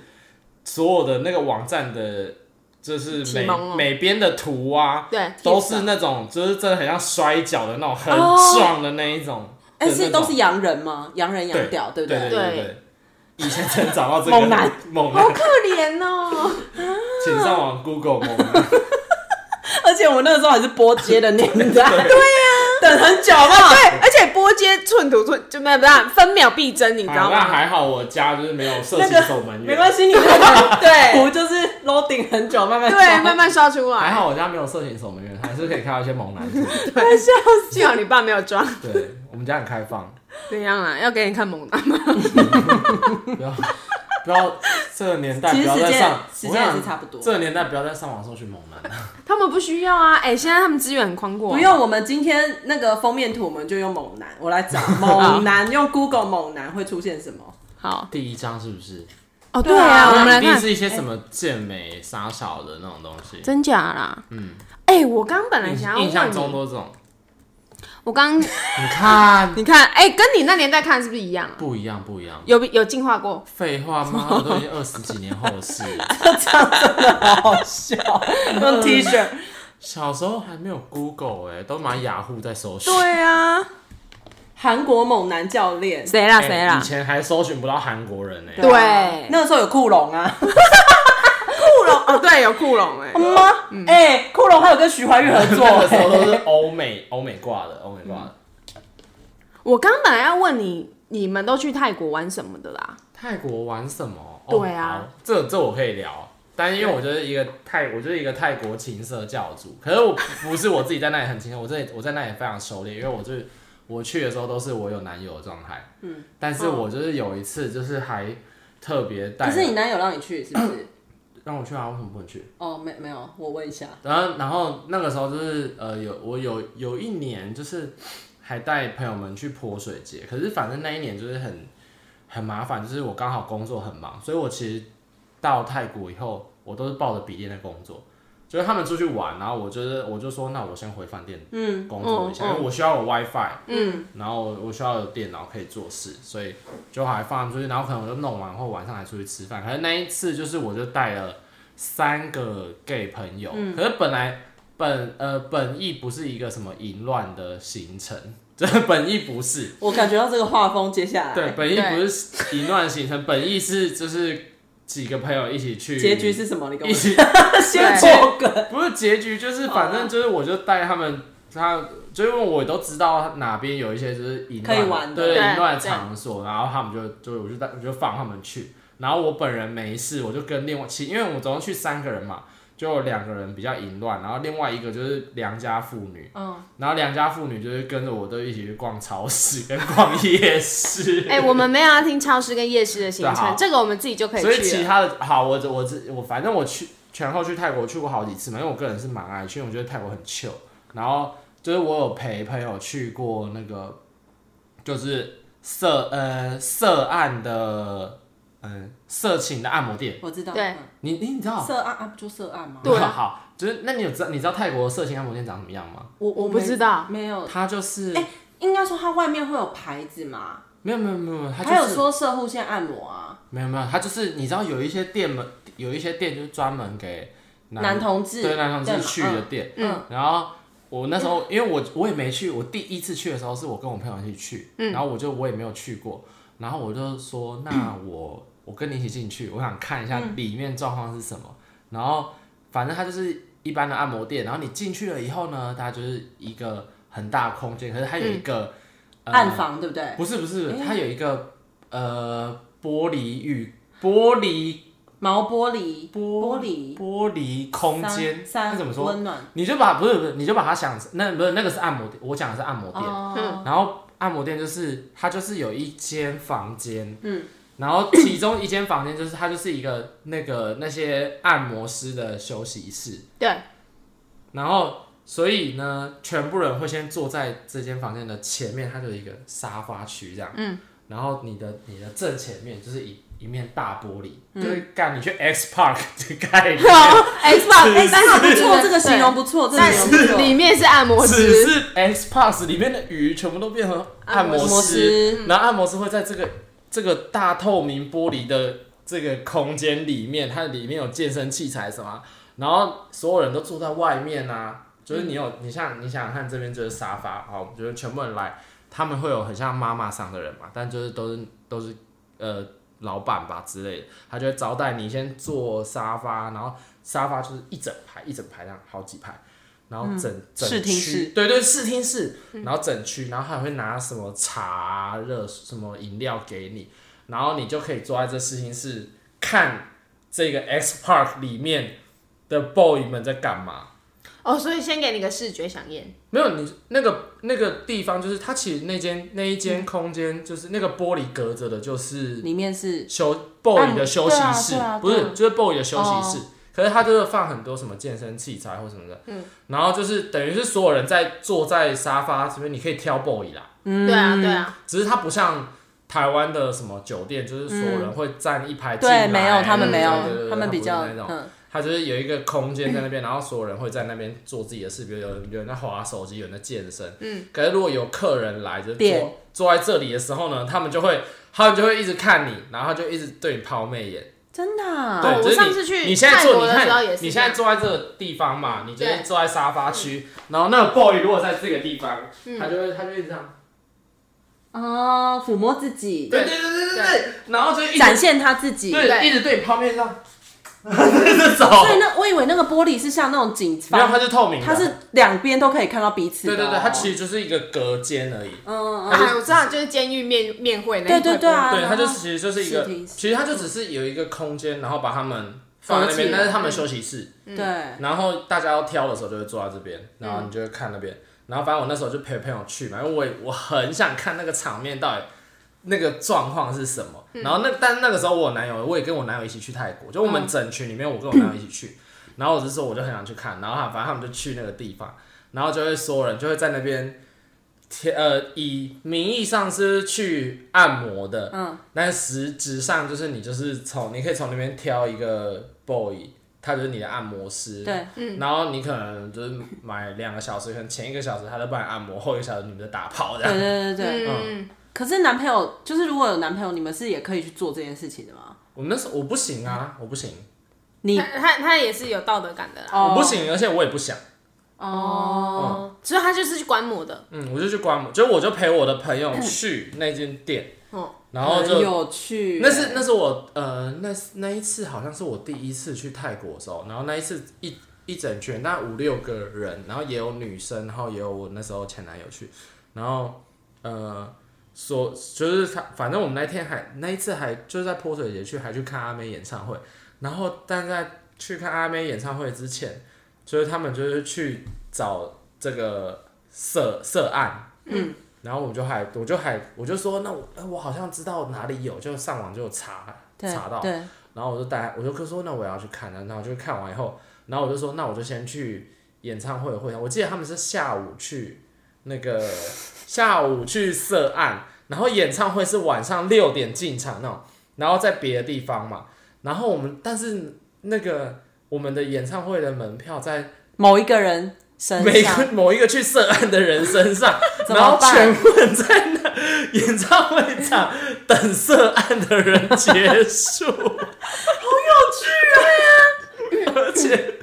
所有的那个网站的，就是启每蒙哦每边的图啊，对，都是那种就是真的很像摔跤的那种，很哦壮的那一种的那哎、种。是都是洋人吗？洋人洋屌，对对不对？对对对。以前曾找到这个猛男，猛男，可怜哦。 请上网 Google 猛 男。而且我们那个时候还是波街的年代， 对啊呀、等很久嘛。哦对，而且波接寸土寸，就没有办法，分秒必争，你知啊道那吗？还好，我家就是没有色那情个守门没员。关系，你那个 对图就是 loading 很久，慢慢对，找慢慢刷出还来。好我家没有色情守门员，还是可以看到一些猛男图。 幸好你爸没有抓，对我们家很开放， 怎样啊？要给你看猛男吗？不要 不要这个年代不其实要时再间上，时我间也想是差不多这个年代不要再上网搜寻猛男 了。 他们不需要啊。哎，现在他们资源很宽阔。啊不用，我们今天那个封面图我们就用猛男，我来 找猛男，用 Google 猛男会出现什么？好第一章是不是？哦，对啊，我们来一定看是一些什么健美、沙小的那种东西。真假啦。嗯。哎，我刚本来想要印印象问中你，都是这种，我刚 你看你看，哎，跟你那年代看是不是一样啊？不一样不一样。有比有进化过？废话吗？我都已经二十几年后的事了， 好笑，用 T 恤。小时候还没有 Google 哎、都拿雅虎在搜寻。对啊，韩国猛男教练，谁啦哎谁啦以？前还搜寻不到韩国人 哎、对那个时候有库龙啊，库龙哦，对，有库龙哎，吗？ 哎，库龙还有跟徐怀钰合作那个时候都是 欸，欧美欧美挂的，欧美挂的。我刚本来要问你，你们都去泰国玩什么的啦？泰国玩什么？哦对啊好这这我可以聊，但因为我就是一个泰，我就是一个泰国情色教主。可是我不是我自己在那里很情色，我这里我在那里非常熟练，因为我就是我去的时候都是我有男友的状态。嗯，但是我就是有一次就是还特别带，可是你男友让你去是不是？让我去啊，为什么不能去？哦，没没有，我问一下。然后然后那个时候就是呃有我有有一年就是还带朋友们去泼水节，可是反正那一年就是很很麻烦，就是我刚好工作很忙，所以我其实到泰国以后，我都是抱着笔电在工作。就是他们出去玩，然后我就是我就说，那我先回饭店嗯工作一下，嗯嗯因为我需要有 WiFi，嗯，然后我我需要有电脑可以做事，所以就还放他们出去，然后可能我就弄完后晚上还出去吃饭。可是那一次就是我就带了三个 gay 朋友，可是本来本呃本意不是一个什么淫乱的行程， 这本意不是，我感觉到这个画风，接下来对，本意不是淫乱的行程，本意是就是几个朋友一起去，结局是什么？你跟一我起讲，先破梗。不是结局，就是反正就是我就带他们，他就因为我都知道哪边有一些就是淫可乱以玩的对对淫乱的场所，然后他们就就我就带我就放他们去，然后我本人没事，我就跟另外其因为我们总共去三个人嘛，就有两个人比较淫乱，然后另外一个就是良家妇女，嗯，然后良家妇女就是跟着我都一起去逛超市跟逛夜市，哎、我们没有要听超市跟夜市的行对好程，这个我们自己就可所以去其了。他的好，我我只我反正我去前后去泰国去过好几次嘛，因为我个人是蛮爱去，因为我觉得泰国很 chill。然后就是我有陪朋友去过那个，就是色呃色暗的嗯、色情的按摩店，我知道。对你你你知嗯，道？涉案啊，不就涉案吗？对 啊好，就是那你有知道你知道泰国色情按摩店长什么样吗？我我不没知道没有。它就是、哎应该说它外面会有牌子嘛，没有没有没有没有，它还有就是说射护线按摩啊，没有没有，它就是你知道有一些店门有一些店就是专门给男同志对男同对志嘛去的店。嗯，然后我那时候，因为我我也没去，我第一次去的时候是我跟我朋友一起去，嗯然后我就我也没有去过，然后我就说那我我跟你一起进去，我想看一下嗯里面状况是什么。然后反正它就是一般的按摩店，然后你进去了以后呢，它就是一个很大的空间，可是它有一个、呃嗯暗房对不对？不是不是，它有一个呃玻璃浴玻璃毛玻璃玻玻璃玻璃空间，三那三怎么说？温暖你就把不是不是，你就把它想成那不是那个是按摩店，我讲的是按摩店。哦，然后按摩店就是它就是有一间房间，嗯，然后其中一间房间就是它就是一个那个那些按摩师的休息室，对，然后所以呢，全部人会先坐在这间房间的前面，它就有一个沙发区这样，嗯，然后你的你的正前面就是一一面大玻璃，就是干你去 X Park 这 概念， Xbox，哎但是 不错，对这个形容不错，这个但形容不是错。里面是按摩只师，是 X Park 里面的鱼全部都变成按摩按摩师师，然后按摩师会在这个这个大透明玻璃的这个空间里面，它里面有健身器材什么，然后所有人都坐在外面啊，就是你有你像你想想看，这边就是沙发，好，我们就是全部人来，他们会有很像妈妈桑的人嘛，但就是都是都是呃老板吧之类的，他就会招待你先坐沙发，然后沙发就是一整排一整排这样好几排。然后整、整视嗯听区室嗯对对，视听室，然后整区，然后还会拿什么茶啊、热什么饮料给你，然后你就可以坐在这视听室看这个 X Park 里面的 boy 们在干嘛。哦，所以先给你个视觉响应，没有你那个那个地方，就是它其实那间那一嗯间空间，就是那个玻璃隔着的，就是里面是休 boy 的休息对啊室，对啊不对是啊哦就是 boy 的休息室。可是它就是放很多什么健身器材或什么的，嗯，然后就是等于是所有人在坐在沙发这边，你可以挑 boy 啦，对啊对啊，只是它不像台湾的什么酒店，就是所有人会站一排进来，嗯对，没有他们没有对对对，对他们比较它不是那种，嗯，它就是有一个空间在那边，然后所有人会在那边做自己的事，比如有有人在划手机，有人在健身，嗯，可是如果有客人来就点坐坐在这里的时候呢，他们就会他们就会一直看你，然后就一直对你抛媚眼，真的啊，对，哦就是我你上次去你现在泰坐，国你的时候看也是你这现样在坐在这个地方嘛，你就是对坐在沙发区，然后那个 boy 如果在这个地方，嗯他就会他就一直这样，哦，抚摸自己，对对对对对对，然后就一直展现他自己。对，对一直对你泡面 上，这种，所以那我以为那个玻璃是像那种警没有，它方，是透明的，它是两边都可以看到彼此的对哦。对对，它其实就是一个隔间而已。嗯嗯嗯，啊，我知道，就是监狱面面会那一对对块对啊，对，它就是然后其实就是一个实，体其实它就只是有一个空间，然后把他们放在那边，嗯隔起来那是他们休息室。对，然后大家要挑的时候就会坐在这边，然后你就会看那边。然后反正我那时候就陪朋友去嘛，因为我也我很想看那个场面到底那个状况是什么。然后那但那个时候我有男友，我也跟我男友一起去泰国，就我们整群里面我跟我男友一起去。然后我就说我就很想去看，然后他反正他们就去那个地方，然后就会所有人就会在那边。贴呃，以名义上是去按摩的，嗯，但实质上就是你就是从你可以从那边挑一个 boy，他就是你的按摩师，对，然后你可能就是买两个小时，可能前一个小时他在帮你按摩，后一个小时你们在打炮这对样。对对对。嗯，可是男朋友就是如果有男朋友，你们是也可以去做这件事情的吗？我那时候我不行啊，嗯我不行，你嗯他他他也是有道德感的啦，嗯哦哎我不行，而且我也不想，哦，所以他就是去观摩的，嗯，我就去观摩，就我就陪我的朋友去那间店，哦然后很就有趣，那是那是我呃那那一次好像是我第一次去泰国的时候，然后那一次一一整圈大概五六个人，然后也有女生，然后也有我那时候前男友去，然后呃所就是反反正我们那天还那一次还就是在泼水节去还去看阿妹演唱会，然后但在去看阿妹演唱会之前，就是他们就是去找这个涉涉案，嗯，然后我就还我就还我就说那我哎我好像知道哪里有，就上网就查对查到，对，然后我就带我就说那我也要去看啊，然后我就看完以后，然后我就说那我就先去演唱会的会场，我记得他们是下午去那个 下午去涉案，然后演唱会是晚上六点进场那种，然后在别的地方嘛，然后我们但是那个我们的演唱会的门票在某一个人身每上个某一个去涉案的人身上， 怎然后么办全部人在那演唱会场等涉案的人结 束，好有趣啊！而且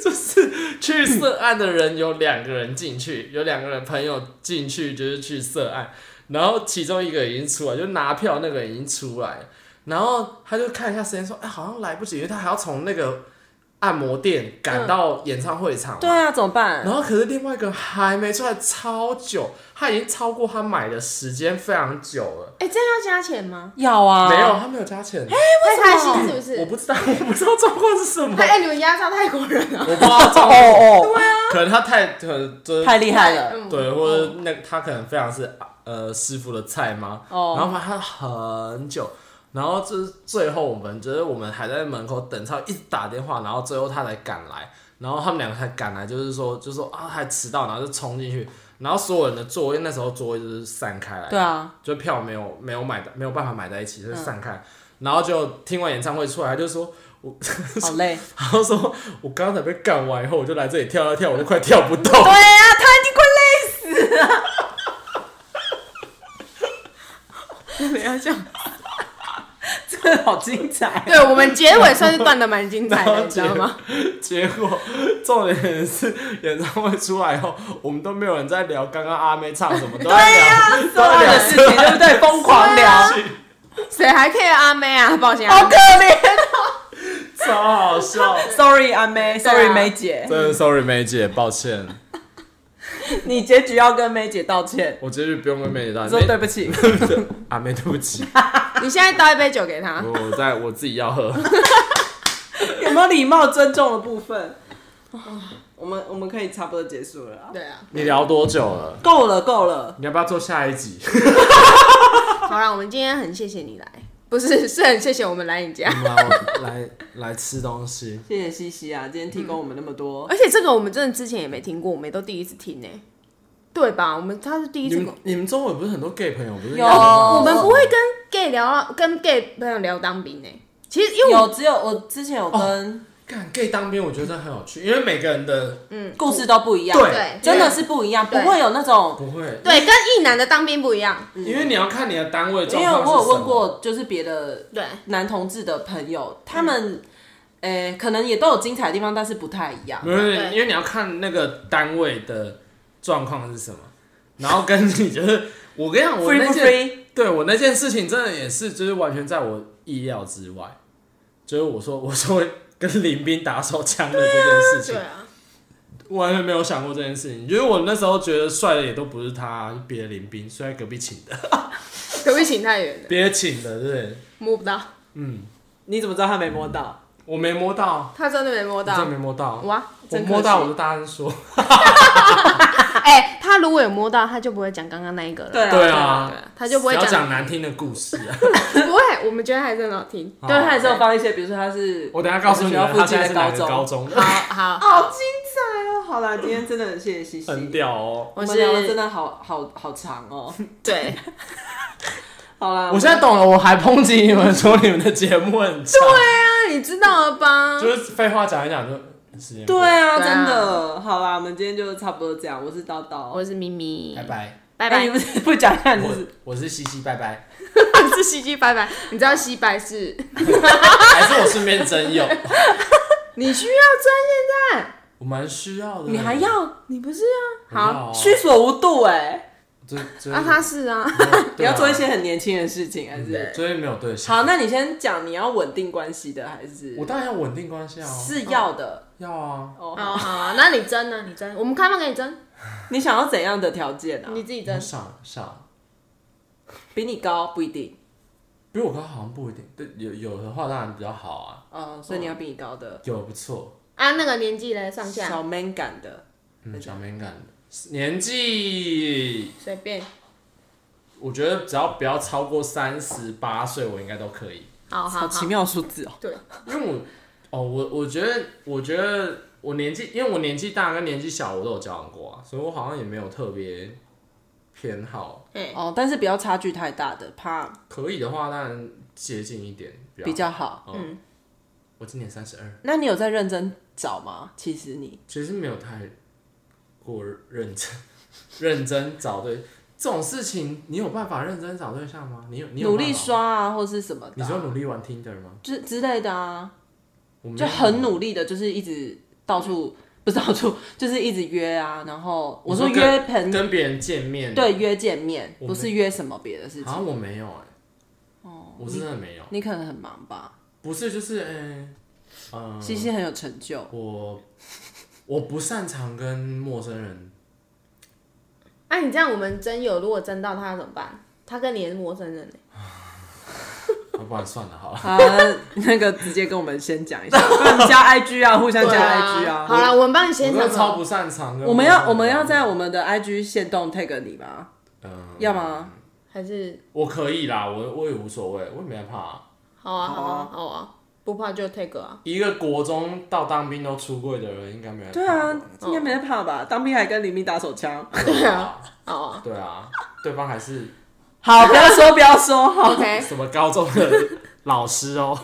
就是去涉案的人有两个人进去，有两个人朋友进去就是去涉案，然后其中一个已经出来，就拿票那个人已经出来了，然后他就看一下时间说，哎，好像来不及，因为他还要从那个按摩店嗯赶到演唱会场嘛。对啊，怎么办？然后可是另外一个人还没出来超久，他已经超过他买的时间非常久了。哎，这样要加钱吗？要啊，没有，他没有加钱，太为开什么心是不我是？不知道，我不知道状况是什么，他哎，你们压榨泰国人 啊！我不知道状哦况，哦，可能他太可能就是太厉害了，嗯对，或 者那他可能非常是呃师傅的菜吗？哦然后反正他很久，然后就是最后我们就是我们还在门口等，他一直打电话，然后最后他才赶来，然后他们两个才赶来，就是说就说啊还迟到，然后就冲进去，然后所有人的座位那时候座位就是散开来，对啊，嗯就票没有没有买的没有办法买在一起，就是散开。然后就听完演唱会出来，他就说， 好 累。然后说我刚才被干完以后，我就来这里跳跳跳，我都快跳不动。对呀、他一定快累死了。真的要这样？这好精彩。对我们结尾算是断的蛮精彩的，你知道吗？结果重点是演唱会出来后，我们都没有人在聊刚刚阿妹唱什么，都在聊，都在聊的 事情对不对？疯狂聊，谁还 care 阿妹啊？抱歉、好啊可，怜。超好笑。 Sorry，阿妹对，Sorry，啊梅姐，真的 sorry 梅姐，抱歉，你结局要跟梅姐道歉，我结局不用跟梅姐道说歉。对不起。对，阿妹对不起，你现在倒一杯酒给他。我在我自己要 喝。有没有礼貌尊重的部分？啊我们我们可以差不多结束了啊，对啊，你聊多久了？够了够了，你要不要做下一集？好啦，我们今天很谢谢你来，不是是很谢谢我们来你家，啊来来吃东西，谢谢西西啊，今天提供我们那么多。而且这个我们真的之前也没听过，我们也都第一次听呢、对吧？我们他是第一你次们，你们周围不是很多 gay 朋友，不是有我我们不会跟 gay 聊，啊跟 gay 朋友聊当兵呢、其实因为我有，只有我之前有跟干 gay 当兵，我觉得真的很有趣，因为每个人的故事都不一样，对对真的是不一样，不对会有那种。不会，对跟异男的当兵不一样，因为你要看你的单位因状为况是我有什问么过，就是别的对。男同志的朋友，他们，诶、可能也都有精彩的地方，但是不太一样。没有，没有对因为你要看那个单位的状况是什么，然后跟你就是，我跟你讲，我 free 那不件 free？对我那件事情真的也是，就是完全在我意料之外，就是我说我说跟林斌打手枪的这件 事情，啊，完全没有想过这件事情，因为我那时候觉得帅的也都不是他，别的林斌，虽然隔壁请的，可不可以请太远了，别的请的，对不对？摸不到，嗯，你怎么知道他没摸到？我没摸到，他真的没摸我真的到。没摸到，哇，我真可惜摸到我就大声说，哎、他如果有摸到，他就不会讲刚刚那一个了。对啊，对对啊，啊，他就不会要讲讲，难听的故 事啊。不会，我们觉得还是很好听。对，他也是有放一些，比如说他是我等一下告诉你我们，们他学校附近现在的是哪个高高中，好好，好精彩哦！好啦，今天真的很谢谢西很西，屌哦！我我们是聊的真的好好好长 哦。对，好啦，我现在懂了，我还抨击你们说你们的节目很长，啊那你知道了吧？就是废话讲一讲就时间对过，啊，对啊真的好啦，我们今天就差不多这样。我是叨叨，我是咪咪，拜，拜。拜哎拜你。不是不讲看我是我是西西，拜拜， 是西西拜拜。你知道西拜是？还是我顺便真 有，你需要穿现在？我蛮需要的。你还要你不是啊？好，好虚所无度哎，最最啊，他是啊。你要做一些很年轻的事情还对啊是？最近没有对象。好，那你先讲你要稳定关系的还是我当然要稳定关系啊，是要的要啊，哦。哦，好好啊，那你争呢？你争，我们开放给你争，你想要怎样的条件啊你？自己我争。想想，比你高不一定，比我高好像不一定，对，有有的话当然比较好啊，嗯，所以你要比你高的有不错，啊，那个年纪嘞，上啊下小 man 感的，嗯，小敏感的，年纪随便。我觉得只要不要超过三十八岁，我应该都可以。好好好奇好，妙的数字哦。因为我，哦，我我觉得，我觉得我年纪，因为我年纪大跟年纪小我都有交往过啊，所以我好像也没有特别偏好。哎，哦，但是不要差距太大的，怕可以的话，当然接近一点比较比较好。好。嗯，我今年三十二，那你有在认真找吗？其实你其实没有太过认真， 认真找对这种事情，你有办法认真找对象吗？你有你有努力办法吗？刷啊，或是什么的你啊、说努力玩 Tinder 吗？之之类的啊，我没就有很努力的，就是一直到处 不是到处，就是一直约啊。然后我说你说约朋跟别人见面，对约见面，我不是约什么别的事好像情。我没有哎、我是真的没有，你可能很忙吧，不是就是嗯嗯、西西很有 成就，我我不擅长跟陌生人，那啊你这样我们真有，如果真到他怎么办？他跟你也是陌生人呢。欸要啊不然算了好了。他那个直接跟我们先讲 一下，不然加 IG 啊，互相加 IG 啊。好了，我们帮你我先真的讲。超不擅长跟我陌生们人啊要我们要在我们的 IG 线动 tag 你吗？嗯，要吗？还是我可以啦，我我也无所谓，我也没害怕啊、好啊，好好啊啊，好啊，不怕就 take 啊。一个国中到当兵都出柜的人，应该没人。对啊，应该没 人怕吧？当兵还跟黎明打手枪，对啊，好啊，对啊，对方还是好，不要说，不要说，好。 OK，什么高中的老师哦。